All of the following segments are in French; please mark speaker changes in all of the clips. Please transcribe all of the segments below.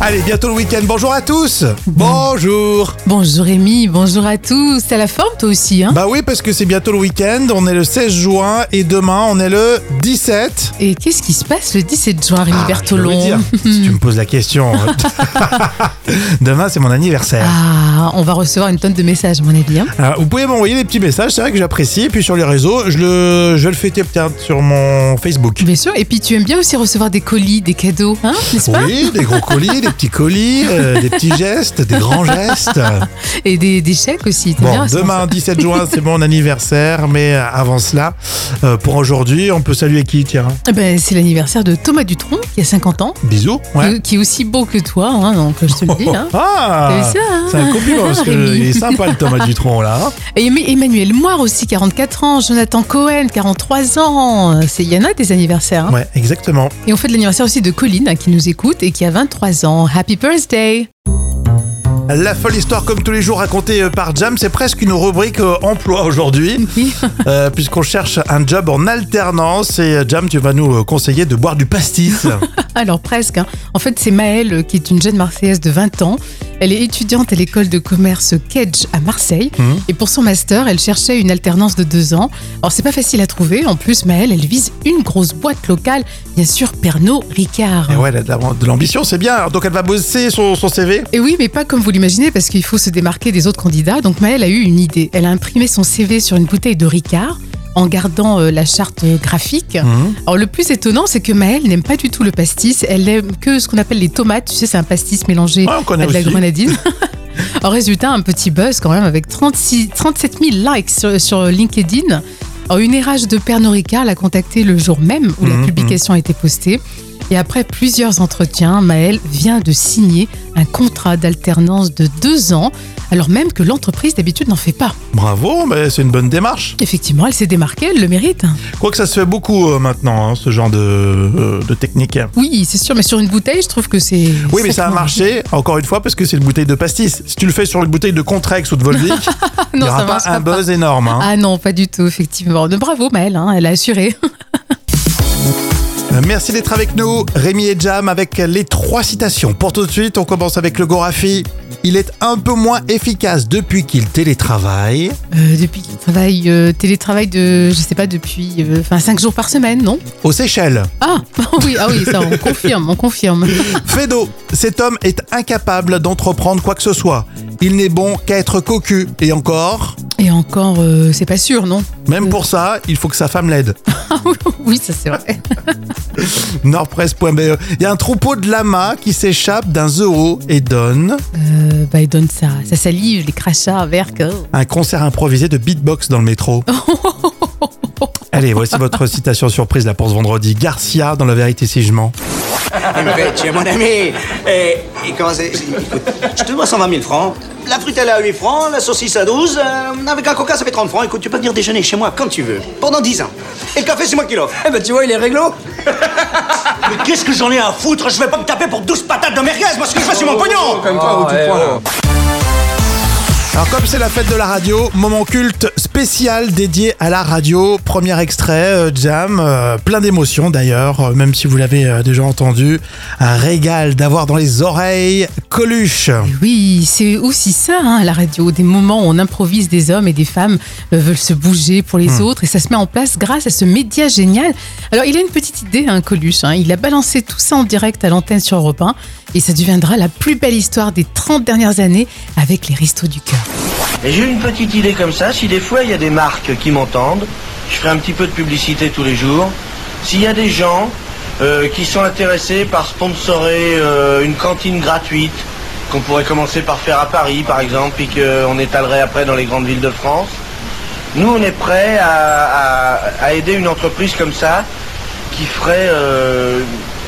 Speaker 1: Allez, bientôt le week-end. Bonjour à tous. Bonjour.
Speaker 2: Bonjour Rémi, bonjour à tous. T'as la forme toi aussi, hein
Speaker 1: Bah oui, parce que c'est bientôt le week-end. On est le 16 juin et demain, on est le 17.
Speaker 2: Et qu'est-ce qui se passe le 17 juin, Rémi
Speaker 1: Ah,
Speaker 2: Bertolon
Speaker 1: je vais vous le dire, si tu me poses la question. demain, c'est mon anniversaire.
Speaker 2: Ah, on va recevoir une tonne de messages, à mon avis. hein.
Speaker 1: Alors, vous pouvez m'envoyer des petits messages, c'est vrai que j'apprécie. Et puis sur les réseaux, je, le, je vais le fêter peut-être sur mon Facebook.
Speaker 2: Bien sûr. Et puis tu aimes bien aussi recevoir des colis, des cadeaux, hein N'est-ce pas
Speaker 1: Oui, des gros colis, des petits colis, euh, des petits gestes, des grands gestes.
Speaker 2: Et des, des chèques aussi. t'aimes bien
Speaker 1: Bon,
Speaker 2: recevoir
Speaker 1: demain 17 juin, c'est mon anniversaire, mais euh, avant cela, euh, pour aujourd'hui, on peut saluer qui Tiens,
Speaker 2: ça. Eh ben, c'est l'anniversaire de Thomas Dutronc, qui a 50 ans, euh,
Speaker 1: bisous.
Speaker 2: qui- qui est aussi beau que toi, hein, donc je te le dis. Hein.
Speaker 1: Ah,
Speaker 2: T'as vu ça, hein
Speaker 1: c'est un compliment parce que
Speaker 2: Rémi.
Speaker 1: il est sympa le Thomas Dutronc là. hein.
Speaker 2: Et Em- Emmanuel Moire aussi, 44 ans. Jonathan Cohen, 43 ans. C'est- Il y en a des anniversaires. hein.
Speaker 1: Ouais, exactement.
Speaker 2: Et on fait de l'anniversaire aussi de Colline, hein, qui nous écoute et qui a 23 ans. Happy birthday
Speaker 1: La folle histoire comme tous les jours racontée euh, par Jam, c'est presque une rubrique euh, emploi aujourd'hui
Speaker 2: Oui.
Speaker 1: euh, puisqu'on cherche un job en alternance et euh, Jam, tu vas nous euh, conseiller de boire du pastis.
Speaker 2: Alors presque. hein. En fait, c'est Maëlle euh, qui est une jeune Marseillaise de 20 ans. Elle est étudiante à l'école de commerce Kedge à Marseille.
Speaker 1: Mhm.
Speaker 2: Et pour son master, elle cherchait une alternance de deux ans. Alors c'est pas facile à trouver. En plus, Maëlle, elle vise une grosse boîte locale, bien sûr, Pernod Ricard.
Speaker 1: Et ouais, elle a de la- de l'ambition, c'est bien. Alors, donc elle va bosser son, son CV.
Speaker 2: Et oui, mais pas comme vous l'imaginez, parce qu'il faut se démarquer des autres candidats. Donc Maëlle a eu une idée. Elle a imprimé son CV sur une bouteille de Ricard en gardant euh, la charte graphique. Alors le plus étonnant, c'est que Maëlle n'aime pas du tout le pastis. Elle n'aime que ce qu'on appelle les tomates. Tu sais, c'est un pastis mélangé
Speaker 1: Ouais, on connaît
Speaker 2: à de la
Speaker 1: aussi.
Speaker 2: grenadine. Alors résultat, un petit buzz quand même avec 36, 37 000 likes sur, sur LinkedIn. Alors, une RH de Pernod Ricard l'a contactée le jour même où
Speaker 1: Mhm,
Speaker 2: la publication a été postée. Et après plusieurs entretiens, Maëlle vient de signer un contrat d'alternance de deux ans, alors même que l'entreprise d'habitude n'en fait pas.
Speaker 1: Bravo, mais c'est une bonne démarche.
Speaker 2: Effectivement, elle s'est démarquée, elle le mérite.
Speaker 1: Quoi que ça se fait beaucoup euh, maintenant, hein, ce genre de, euh, de technique.
Speaker 2: Oui, c'est sûr, mais sur une bouteille, je trouve que c'est...
Speaker 1: Oui, mais ça a
Speaker 2: sacrément-
Speaker 1: marché, encore une fois, parce que c'est une bouteille de pastis. Si tu le fais sur une bouteille de Contrex ou de Volvic, il n'y
Speaker 2: Non,
Speaker 1: aura
Speaker 2: ça
Speaker 1: pas
Speaker 2: marchera
Speaker 1: un buzz énorme. hein.
Speaker 2: Ah non, pas du tout, effectivement. Mais bravo Maëlle, hein, elle a assuré.
Speaker 1: Euh, Merci d'être avec nous, Rémi et Jam, avec les trois citations. Pour tout de suite, on commence avec le Gorafi. Il est un peu moins efficace depuis qu'il télétravaille.
Speaker 2: Euh, depuis qu'il travaille, euh, télétravail de, je sais pas, depuis, euh, enfin, 5 jours par semaine, non
Speaker 1: Aux Seychelles,
Speaker 2: Ah, oui, ah oui, ça, on confirme, on confirme.
Speaker 1: Fedo, cet homme est incapable d'entreprendre quoi que ce soit. Il n'est bon qu'à être cocu. Et encore,
Speaker 2: Et encore, euh, c'est pas sûr, non
Speaker 1: même pour ça, il faut que sa femme l'aide.
Speaker 2: Oui, ça c'est vrai.
Speaker 1: Nordpresse.be. E. Il y a un troupeau de lamas qui s'échappe d'un zoo et donne
Speaker 2: Euh, bah, il donne ça, ça salive, les crachats, verres. que-
Speaker 1: un concert improvisé de beatbox dans le métro. Allez, voici votre citation surprise là pour ce vendredi. Garcia dans La vérité si je mens.
Speaker 3: Ah, mais tu es mon ami. Et, et comment c'est Écoute, je te dois 120 000 francs. La frutelle à 8 francs, la saucisse à 12. euh, avec un coca, ça fait 30 francs. Écoute, tu peux venir déjeuner chez moi quand tu veux. Pendant 10 ans. Et le café, c'est moi qui l'offre.
Speaker 4: Bah,
Speaker 3: Eh ben, tu vois, il est réglo. mais qu'est-ce que j'en ai à foutre Je vais pas me taper pour 12 patates de merguez. Moi, ce que je fais, c'est mon pognon.
Speaker 4: Comme toi, où tu te prends, là.
Speaker 1: Alors comme c'est la fête de la radio, moment culte spécial dédié à la radio. Premier extrait, euh, Jam, euh, plein d'émotions d'ailleurs, euh, même si vous l'avez euh, déjà entendu. Un régal d'avoir dans les oreilles Coluche.
Speaker 2: Oui, c'est aussi ça, hein, la radio. Des moments où on improvise des hommes et des femmes euh, veulent se bouger pour
Speaker 1: Hmm.
Speaker 2: les autres et ça se met en place grâce à ce média génial. Alors, il a une petite idée, hein, Coluche. hein. il a balancé tout ça en direct à l'antenne sur Europe 1 et ça deviendra la plus belle histoire des 30 dernières années avec les Restos du Cœur.
Speaker 5: Et j'ai une petite idée comme ça, si des fois il y a des marques qui m'entendent, je ferai un petit peu de publicité tous les jours, s'il y a des gens euh, qui sont intéressés par sponsorer euh, une cantine gratuite, qu'on pourrait commencer par faire à Paris par exemple, puis qu'on étalerait après dans les grandes villes de France, nous on est prêts à, à- à aider une entreprise comme ça qui ferait euh,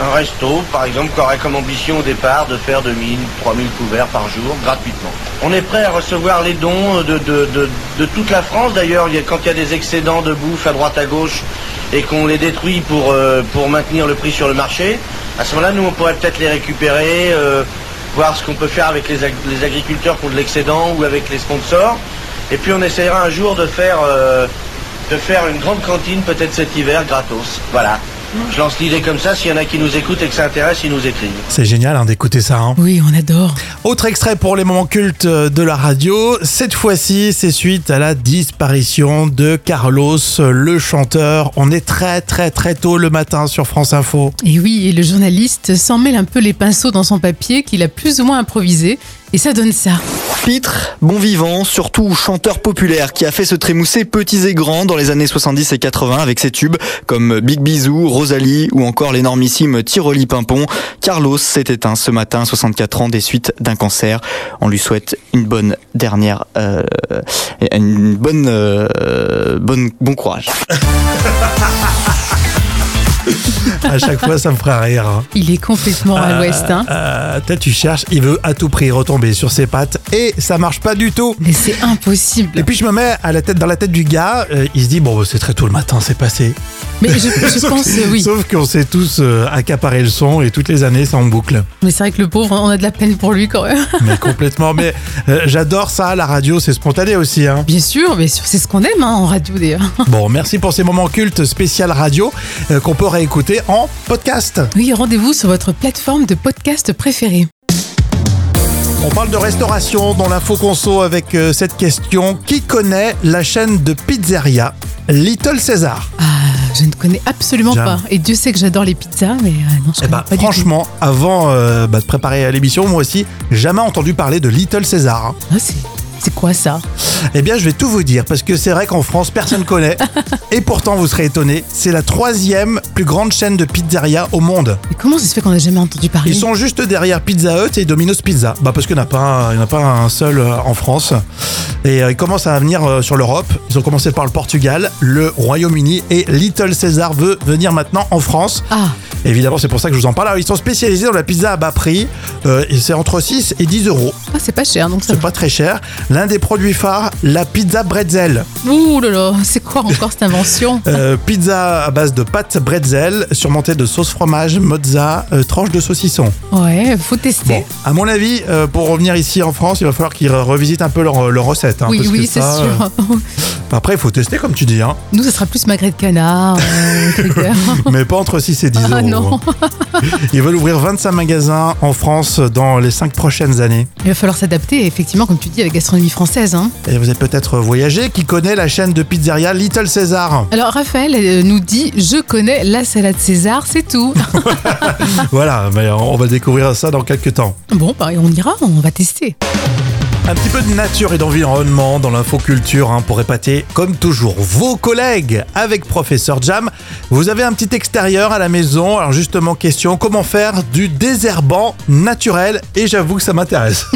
Speaker 5: un resto par exemple qui aurait comme ambition au départ de faire 2000, 3000 couverts par jour gratuitement. On est prêt à recevoir les dons de, de- de- de toute la France d'ailleurs il y a- quand il y a des excédents de bouffe à droite à gauche et qu'on les détruit pour, euh, pour maintenir le prix sur le marché, à ce moment-là nous on pourrait peut-être les récupérer. euh, voir ce qu'on peut faire avec les, ag- les agriculteurs qui ont de l'excédent ou avec les sponsors. Et puis on essaiera un jour de faire, euh, de faire une grande cantine peut-être cet hiver gratos. Voilà. Je lance l'idée comme ça, s'il y en a qui nous écoutent et que ça intéresse, ils nous écrivent.
Speaker 1: C'est génial hein, d'écouter ça. hein.
Speaker 2: Oui, on adore.
Speaker 1: Autre extrait pour les moments cultes euh, de la radio. Cette fois-ci, c'est suite à la disparition de Carlos, le chanteur. On est très très très tôt le matin sur France Info.
Speaker 2: Et oui, et le journaliste s'en mêle un peu les pinceaux dans son papier qu'il a plus ou moins improvisé. Et ça donne ça.
Speaker 4: Pitre, bon vivant, surtout chanteur populaire qui a fait se trémousser petits et grands dans les années 70 et 80 avec ses tubes comme Big Bisou, Rosalie ou encore l'énormissime Tiroli Pimpon. Carlos s'est éteint ce matin, 64 ans, des suites d'un cancer. On lui souhaite une bonne dernière, euh, une bonne, euh, bonne, bon courage.
Speaker 1: À chaque fois, ça me fera rire. hein.
Speaker 2: Il est complètement
Speaker 1: Ah.
Speaker 2: à l'ouest. Hein.
Speaker 1: Euh, toi, tu cherches, il veut à tout prix retomber sur ses pattes et ça marche pas du tout.
Speaker 2: Mais c'est
Speaker 1: Et
Speaker 2: impossible.
Speaker 1: puis je me mets à la tête, dans la tête du gars, euh, il se dit bon c'est très tôt le matin, c'est passé.
Speaker 2: Mais je, je pense, euh, oui.
Speaker 1: Sauf qu'on s'est tous euh, accaparé le son et toutes les années ça en boucle.
Speaker 2: Mais c'est vrai que le pauvre, hein, on a de la peine pour lui quand même.
Speaker 1: Mais complètement. Mais euh, j'adore ça, la radio c'est spontané aussi. Hein.
Speaker 2: Bien sûr, bien sûr, c'est ce qu'on aime hein, en radio d'ailleurs.
Speaker 1: Bon, merci pour ces moments cultes spécial radio euh, qu'on peut réécouter en podcast.
Speaker 2: Oui, rendez-vous sur votre plateforme de podcast préférée.
Speaker 1: On parle de restauration dans l'info conso avec euh, cette question qui connaît la chaîne de pizzeria Little César
Speaker 2: Ah, je ne connais absolument
Speaker 1: Jam.
Speaker 2: pas. Et Dieu sait que j'adore les pizzas, mais euh, non,
Speaker 1: Eh
Speaker 2: je connais
Speaker 1: ben,
Speaker 2: pas du tout.
Speaker 1: franchement, avant euh, bah, de préparer l'émission, moi aussi, jamais entendu parler de Little César. hein.
Speaker 2: Ah, c'est- c'est quoi ça
Speaker 1: Eh bien, je vais tout vous dire parce que c'est vrai qu'en France, personne connaît. Et pourtant, vous serez étonnés, c'est la troisième plus grande chaîne de pizzeria au monde.
Speaker 2: Mais comment ça se fait qu'on n'a jamais entendu parler
Speaker 1: Ils sont juste derrière Pizza Hut et Domino's Pizza. Bah parce qu'il n'y en a pas, un- il y en a pas un seul euh, en France. Et euh, ils commencent à venir euh, sur l'Europe. Ils ont commencé par le Portugal, le Royaume-Uni et Little César veut venir maintenant en France.
Speaker 2: Ah,
Speaker 1: Évidemment, c'est pour ça que je vous en parle. Alors, ils sont spécialisés dans la pizza à bas prix. Euh, et c'est entre 6 et 10 euros.
Speaker 2: ah, c'est pas cher, donc ça
Speaker 1: C'est
Speaker 2: va.
Speaker 1: pas très cher. L'un des produits phares, la pizza bretzel.
Speaker 2: Ouh là là, c'est quoi encore cette invention
Speaker 1: Euh, pizza à base de pâte bretzel, surmontée de sauce fromage, mozza, euh, tranche de saucisson.
Speaker 2: Ouais, faut tester.
Speaker 1: Bon, à mon avis, euh, pour revenir ici en France, il va falloir qu'ils re- revisitent un peu leur, leur recette. hein,
Speaker 2: oui,
Speaker 1: parce que
Speaker 2: oui, c'est
Speaker 1: ça,
Speaker 2: sûr.
Speaker 1: euh, Après, il faut tester, comme tu dis, hein,
Speaker 2: Nous, ça sera plus magret de canard. euh, truc de-
Speaker 1: mais pas entre 6 et 10
Speaker 2: Ah
Speaker 1: euros. hein.
Speaker 2: non,
Speaker 1: Ils veulent ouvrir 25 magasins en France dans les 5 prochaines années.
Speaker 2: il va falloir s'adapter, effectivement, comme tu dis, à la gastronomie française. hein.
Speaker 1: Et vous êtes peut-être voyagé qui connaît la chaîne de pizzeria Little César.
Speaker 2: Alors, Raphaël euh, nous dit Je connais la salade César, c'est tout.
Speaker 1: voilà, mais on va découvrir ça dans quelques temps.
Speaker 2: bon, bah, on ira, on va tester.
Speaker 1: Un petit peu de nature et d'environnement dans l'infoculture hein, pour épater, comme toujours, vos collègues avec Professeur Jam. Vous avez un petit extérieur à la maison. Alors justement, question, comment faire du désherbant naturel Et j'avoue que ça m'intéresse.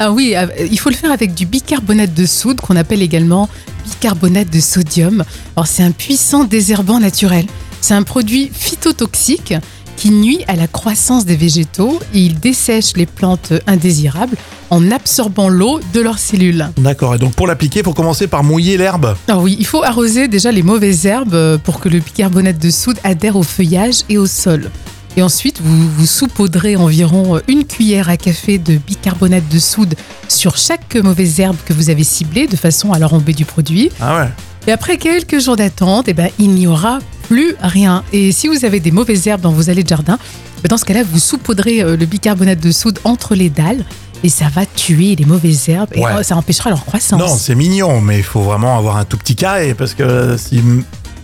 Speaker 2: Ah oui, euh, il faut le faire avec du bicarbonate de soude, qu'on appelle également bicarbonate de sodium. Alors, c'est un puissant désherbant naturel. C'est un produit phytotoxique qui nuit à la croissance des végétaux et il dessèche les plantes indésirables en absorbant l'eau de leurs cellules.
Speaker 1: D'accord, et donc pour l'appliquer, faut commencer par mouiller l'herbe.
Speaker 2: Alors Ah oui, il faut arroser déjà les mauvaises herbes euh, pour que le bicarbonate de soude adhère au feuillage et au sol. Et ensuite, vous, vous saupoudrez environ euh, une cuillère à café de bicarbonate de soude sur chaque mauvaise herbe que vous avez ciblée de façon à l'enrober du produit.
Speaker 1: Ah ouais
Speaker 2: Et après quelques jours d'attente, eh ben, il n'y aura plus rien. Et si vous avez des mauvaises herbes dans vos allées de jardin, ben, dans ce cas-là, vous saupoudrez euh, le bicarbonate de soude entre les dalles et ça va tuer les mauvaises herbes et
Speaker 1: Ouais.
Speaker 2: euh, ça empêchera leur croissance.
Speaker 1: Non, c'est mignon, mais il faut vraiment avoir un tout petit carré parce que euh, si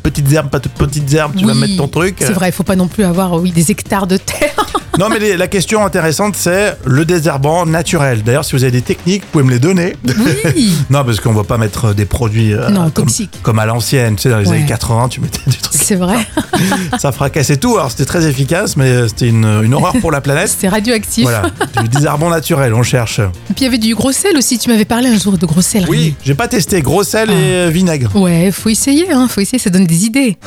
Speaker 1: petites herbes, pas toutes petites herbes, tu vas
Speaker 2: Oui,
Speaker 1: mettre ton truc.
Speaker 2: C'est vrai, il faut pas non plus avoir euh, oui, des hectares de terre.
Speaker 1: Non, mais les- la question intéressante, c'est le désherbant naturel. D'ailleurs, si vous avez des techniques, vous pouvez me les donner.
Speaker 2: Oui.
Speaker 1: Non, parce qu'on va pas mettre des produits euh,
Speaker 2: Non,
Speaker 1: comme,
Speaker 2: toxiques.
Speaker 1: comme à l'ancienne. Tu sais, dans les
Speaker 2: Ouais.
Speaker 1: années 80, tu mettais des trucs.
Speaker 2: C'est vrai,
Speaker 1: Ça fracassait tout. Alors, c'était très efficace, mais euh, c'était une, une horreur pour la planète.
Speaker 2: c'était radioactif.
Speaker 1: Voilà, du désherbant naturel, on cherche.
Speaker 2: Puis il y avait du gros sel aussi, tu m'avais parlé un jour de gros sel.
Speaker 1: Oui, j'ai pas testé gros sel
Speaker 2: Ah.
Speaker 1: et euh, vinaigre.
Speaker 2: Rémi. Ouais, faut essayer, hein, faut essayer, ça donne des idées.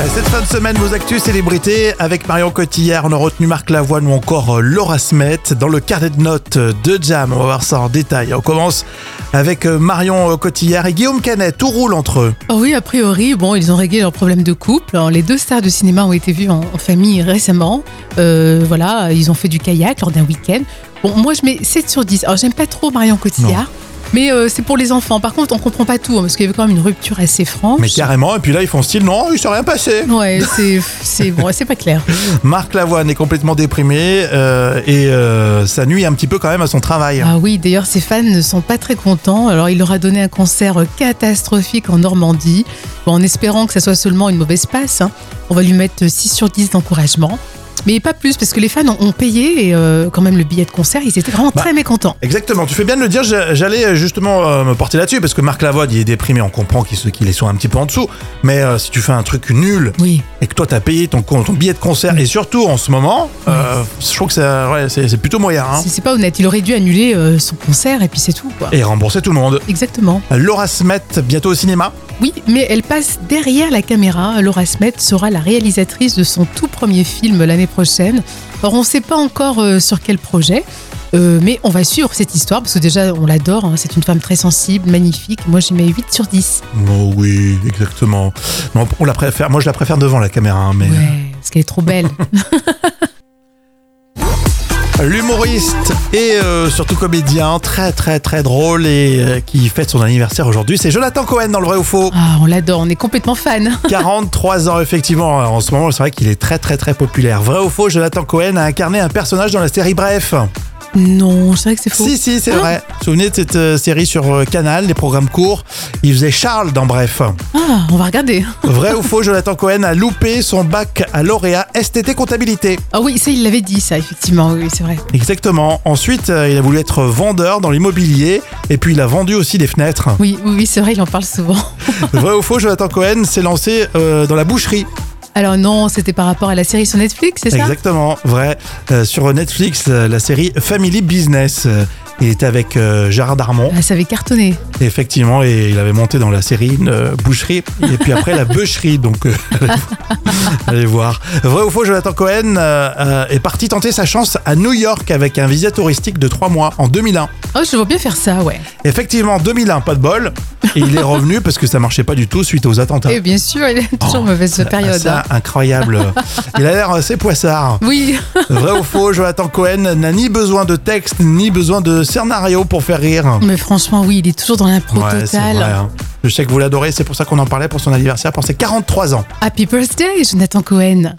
Speaker 1: Euh, Cette fin de semaine, vos actus célébrités avec Marion Cotillard, on a retenu Marc Lavoine ou encore euh, Laura Smet dans le carnet de notes euh, de Jam. On va voir ça en détail. On commence avec euh, Marion euh, Cotillard et Guillaume Canet. Tout roule entre eux.
Speaker 2: Oh oui, a priori, bon, ils ont réglé leurs problèmes de couple. Alors, Les deux stars de cinéma ont été vues en, en famille récemment. Euh, voilà, ils ont fait du kayak lors d'un week-end. Bon, moi, je mets 7 sur 10. Alors, j'aime pas trop Marion Cotillard. Mais euh, c'est pour les enfants. Par contre, on comprend pas tout, hein, parce qu'il y avait quand même une rupture assez franche.
Speaker 1: Mais carrément, et puis là ils font style, non, il s'est rien passé.
Speaker 2: Ouais, c'est c'est- bon, c'est pas clair.
Speaker 1: Marc Lavoine est complètement déprimé euh, et euh, ça nuit un petit peu quand même à son travail.
Speaker 2: Ah oui, d'ailleurs, ses fans ne sont pas très contents. Alors, il leur a donné un concert catastrophique en Normandie, Bon, en espérant que ça soit seulement une mauvaise passe. hein. On va lui mettre 6 sur 10 d'encouragement. Mais pas plus, parce que les fans ont, ont payé et, euh, quand même le billet de concert. Ils étaient vraiment
Speaker 1: Bah.
Speaker 2: très mécontents.
Speaker 1: Exactement, tu fais bien de le dire, j'a- j'allais justement euh, me porter là-dessus, parce que Marc Lavoine, il est déprimé, on comprend qu'il se- qu'il est soit un petit peu en dessous, mais euh, si tu fais un truc nul
Speaker 2: Oui.
Speaker 1: et que toi t'as payé ton, con- ton billet de concert, et surtout en ce moment, euh, je trouve que ça- ouais, c'est c'est plutôt moyen, hein.
Speaker 2: C'est- C'est pas honnête. Il aurait dû annuler euh, son concert et puis c'est tout, quoi.
Speaker 1: et rembourser tout le monde.
Speaker 2: Exactement.
Speaker 1: Laura Smet, bientôt au cinéma.
Speaker 2: Oui, mais elle passe derrière la caméra. Laura Smet sera la réalisatrice de son tout premier film l'année prochaine. Or, on ne sait pas encore euh, sur quel projet, euh, mais on va suivre cette histoire parce que déjà, on l'adore. hein. C'est une femme très sensible, magnifique. Moi, j'y mets 8 sur 10.
Speaker 1: Oh oui, exactement. Non, on la préfère, moi je la préfère devant la caméra, hein, mais...
Speaker 2: Ouais, parce qu'elle est trop belle.
Speaker 1: L'humoriste et euh, surtout comédien très très très drôle et euh, qui fête son anniversaire aujourd'hui, c'est Jonathan Cohen dans le vrai ou faux.
Speaker 2: Ah, on l'adore, on est complètement fan.
Speaker 1: 43 ans effectivement, Euh, en ce moment c'est vrai qu'il est très très très populaire. Vrai ou faux, Jonathan Cohen a incarné un personnage dans la série Bref.
Speaker 2: Non, c'est vrai que c'est faux.
Speaker 1: Si si c'est vrai. Vous vous souvenez de cette euh, série sur euh, Canal, les programmes courts, il faisait Charles dans Bref.
Speaker 2: Ah, on va regarder.
Speaker 1: Vrai ou faux, Jonathan Cohen a loupé son bac à lauréat STT comptabilité.
Speaker 2: Ah oui, ça, il l'avait dit, ça, effectivement. Oui, c'est vrai.
Speaker 1: Exactement. Ensuite, euh, il a voulu être vendeur dans l'immobilier et puis il a vendu aussi des fenêtres.
Speaker 2: Oui, oui, oui, c'est vrai, il en parle souvent.
Speaker 1: Vrai ou faux, Jonathan Cohen s'est lancé euh, dans la boucherie.
Speaker 2: Alors, non, c'était par rapport à la série sur Netflix, c'est ça
Speaker 1: Exactement, vrai. Euh, sur Netflix, euh, la série Family Business. euh, il était avec euh, Gérard Darmon,
Speaker 2: Ah, Ça avait cartonné.
Speaker 1: effectivement, et il avait monté dans la série une euh, boucherie, et puis après la bûcherie, donc euh, allez, allez voir. Vrai ou faux, Jonathan Cohen euh, euh, est parti tenter sa chance à New York avec un visa touristique de trois mois en 2001.
Speaker 2: Oh, je vois bien faire ça, ouais.
Speaker 1: Effectivement, 2001, pas de bol, et il est revenu parce que ça marchait pas du tout suite aux attentats.
Speaker 2: Et Eh, bien sûr, il est toujours
Speaker 1: Oh,
Speaker 2: mauvaise période.
Speaker 1: Ça, incroyable. Il a l'air assez poissard.
Speaker 2: hein. Oui,
Speaker 1: Vrai ou faux, Jonathan Cohen n'a ni besoin de texte, ni besoin de scénario pour faire rire.
Speaker 2: mais franchement, oui, il est toujours dans l'impro
Speaker 1: c'est
Speaker 2: totale.
Speaker 1: vrai. hein. Je sais que vous l'adorez, c'est pour ça qu'on en parlait pour son anniversaire, pour ses 43 ans.
Speaker 2: Happy birthday, Jonathan Cohen.